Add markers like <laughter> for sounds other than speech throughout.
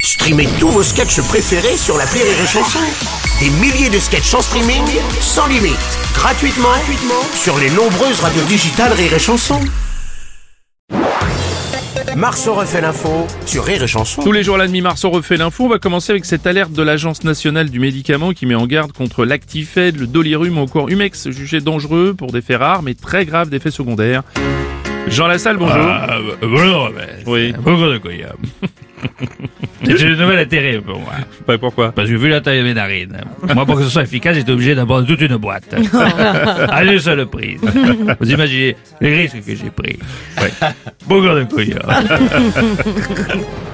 Streamez tous vos sketchs préférés sur la Rire et Chanson. Des milliers de sketchs en streaming, sans limite, gratuitement, gratuitement sur les nombreuses radios digitales Rire et Chanson. Marceau refait l'info sur Rire et Chanson. Tous les jours à la demi-mars, on refait l'info. On va commencer avec cette alerte de l'Agence nationale du médicament qui met en garde contre l'actifed, le dolirum ou encore Humex, jugés dangereux pour des faits rares mais très graves d'effets secondaires. Jean Lassalle, bonjour. Ah, euh, bonjour, Robert. Oui. Beaucoup de couilles. C'est une nouvelle terrible pour moi. Bah, pourquoi Parce que vu la taille de mes narines, moi, pour que ce soit efficace, j'étais obligé d'abord toute une boîte. à une seule prise. Vous imaginez les risques que j'ai pris. Beaucoup de couilles.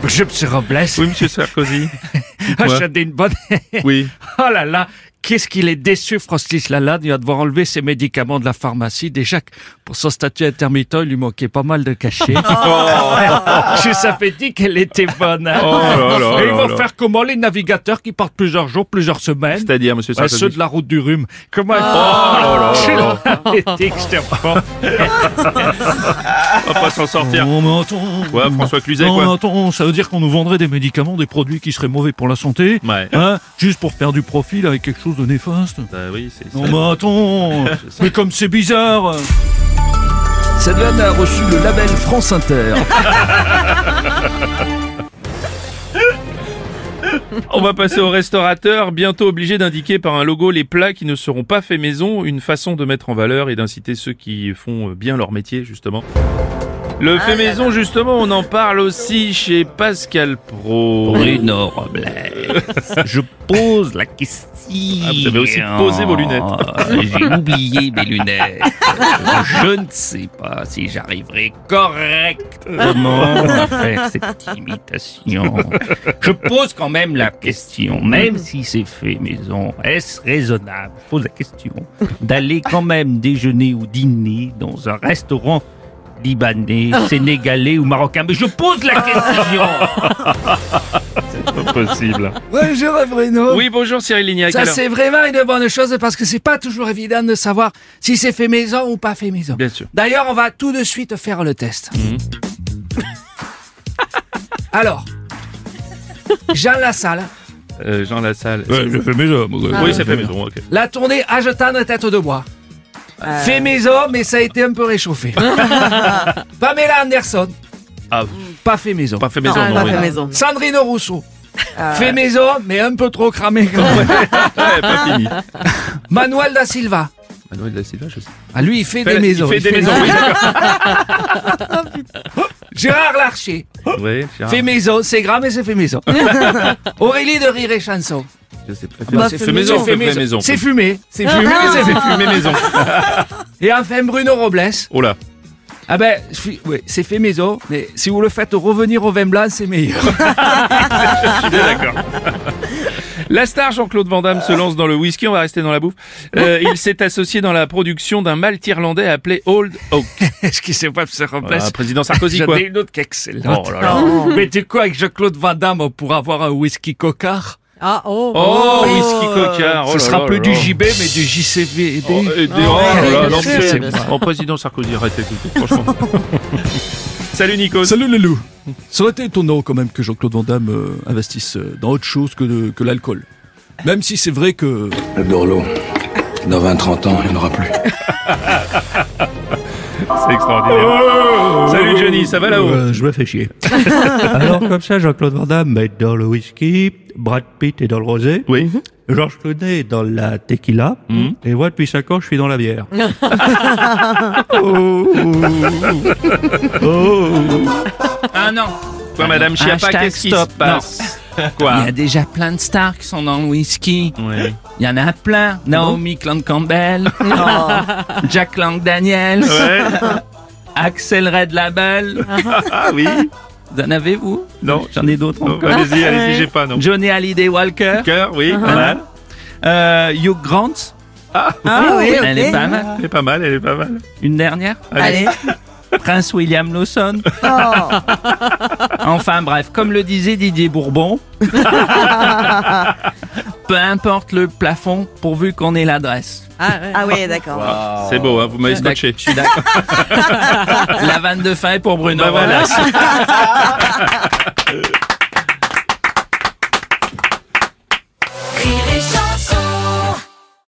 Je me suis remplacé. Oui, monsieur Sarkozy. Ah, quoi j'en ai une bonne. <laughs> <laughs> Oui. Oh là là, qu'est-ce qu'il est déçu, Francis Lalanne. Il va devoir enlever ses médicaments de la pharmacie. Déjà, que pour son statut intermittent, il lui manquait pas mal de cachets. Ah, Je savais dit qu'elle était bonne. hein. Oh là là Et ils là vont là. faire comment les navigateurs qui partent plusieurs jours, plusieurs semaines C'est-à-dire, monsieur à Sarkozy. ceux de la route du rhume. Comment ils là font Oh là Je l'avais dit que je te reprends. On va pas s'en sortir. Oh, mais attends. Ouais, François Cluzet, Non, quoi. mais attends, ça veut dire qu'on nous vendrait des médicaments, des produits qui seraient mauvais pour la santé. Ouais. hein, juste pour faire du profil avec quelque chose de néfaste. Bah oui, c'est ça. Non, mais attends. <laughs> mais comme c'est bizarre. Cette vanne a reçu le label France Inter. On va passer aux restaurateurs, bientôt obligés d'indiquer par un logo les plats qui ne seront pas faits maison, une façon de mettre en valeur et d'inciter ceux qui font bien leur métier, justement. Le fait maison, justement, on en parle aussi chez Pascal Pro. Bruno Robles, <laughs> je pose la question. Ah, vous avez aussi posé vos lunettes. Euh, J'ai oublié mes lunettes. Je ne sais pas si j'arriverai correctement à faire cette imitation. Je pose quand même la question, même si c'est fait maison, est-ce raisonnable, je pose la question, d'aller quand même déjeuner ou dîner dans un restaurant <laughs> libanais, sénégalais ou marocain Mais je pose la question Pas possible. Bonjour Bruno. Oui, bonjour Cyril Lignac. Ça Alors, c'est vraiment une bonne chose parce que c'est pas toujours évident de savoir si c'est fait maison ou pas fait maison. Bien sûr. D'ailleurs, on va tout de suite faire le test. Alors, Jean Lassalle, euh, Jean Lassalle. Ben, Je fais maison, Ah. oui, c'est fait maison. ok. la tournée Ajetane tête de bois. Fait maison, mais ça a été un peu réchauffé. Pamela Anderson, Ah, pas fait maison. pas fait maison, non. pas oui. fait maison. Sandrine Rousseau, fait maison, mais un peu trop cramé quand même. Ouais, pas Ah. fini. Manuel da Silva. Manuel de la Silva, je sais. Ah, lui, il fait des Il maisons. fait il des fait maisons, oui. Gérard Larcher. <laughs> Ouais, Gérard, Fait maison, c'est grave, mais c'est fait <laughs> maison. Aurélie de Rire et Chanson. je sais pas. Bah, fait fait maison, maison. fait fait maison. C'est fumé. C'est fumé, Ah. c'est fumé. C'est fumé maison. Et enfin, Bruno Robles. Oh là. Ah ben, je suis- ouais, c'est fait maison, mais si vous le faites revenir au vin blanc, c'est meilleur. <laughs> La star Jean-Claude Van Damme se lance dans le whisky, on va rester dans la bouffe. Euh, il s'est associé dans la production d'un malt irlandais appelé Old Oak. Est-ce qu'il sait pas se remplacer Voilà, président Sarkozy, J'en Ah. quoi. ai une autre qui est excellente. Oh là là. Ah. Mais tu quoi, avec Jean-Claude Van Damme, on pourra avoir un whisky cocard Ah, oh. Oh, whisky coquin. Oh Ce là sera là plus là du là. JB, mais du JCVD. Oh, et des- oh là ouais, là, bien non, sûr, mais c'est- bien sûr. Oh, président Sarkozy, arrêtez tout, franchement. <laughs> Salut Nikos. Salut les loups <laughs> Ça aurait été étonnant quand même que Jean-Claude Van Damme euh, investisse euh, dans autre chose que, de- que l'alcool. Même si c'est vrai que... Le Dorlot, dans 20-30 ans, il n'y en aura plus. C'est extraordinaire. oh, Salut Johnny, ça va là-haut je me fais chier. Alors, comme ça, Jean-Claude Van Damme est dans le whisky, Brad Pitt est dans le rosé, Oui. Georges Clooney est dans la tequila, et moi, depuis 5 ans, je suis dans la bière. Ah non, Quoi, Madame Chiappa, Hashtag qu'est-ce qui stop. se passe il Quoi y a déjà plein de stars qui sont dans le whisky. Ouais. Ah Il y en a plein. Naomi Clan <laughs> Campbell, Oh. Jack Lang Daniels, Ouais. Axel Red Label. Ah oui Vous en avez, vous Non. J'en ai d'autres Non, encore. Allez-y, allez-y, j'ai Uh-huh. pas, non. Johnny Hallyday Walker, Cœur, oui, pas mal. euh, Hugh Grant. Ah, oui, ok. Elle est pas mal. Elle est pas mal, elle est pas mal. Une dernière Allez. <laughs> Prince William Lawson. Oh. Enfin bref, comme le disait Didier <laughs> Bourbon, peu importe le plafond, pourvu qu'on ait l'adresse. Ah, ouais. d'accord. C'est beau, hein, vous m'avez D'ac- scotché. Je <laughs> suis d'accord. Bah La vanne de fin est pour Bruno. Bah voilà.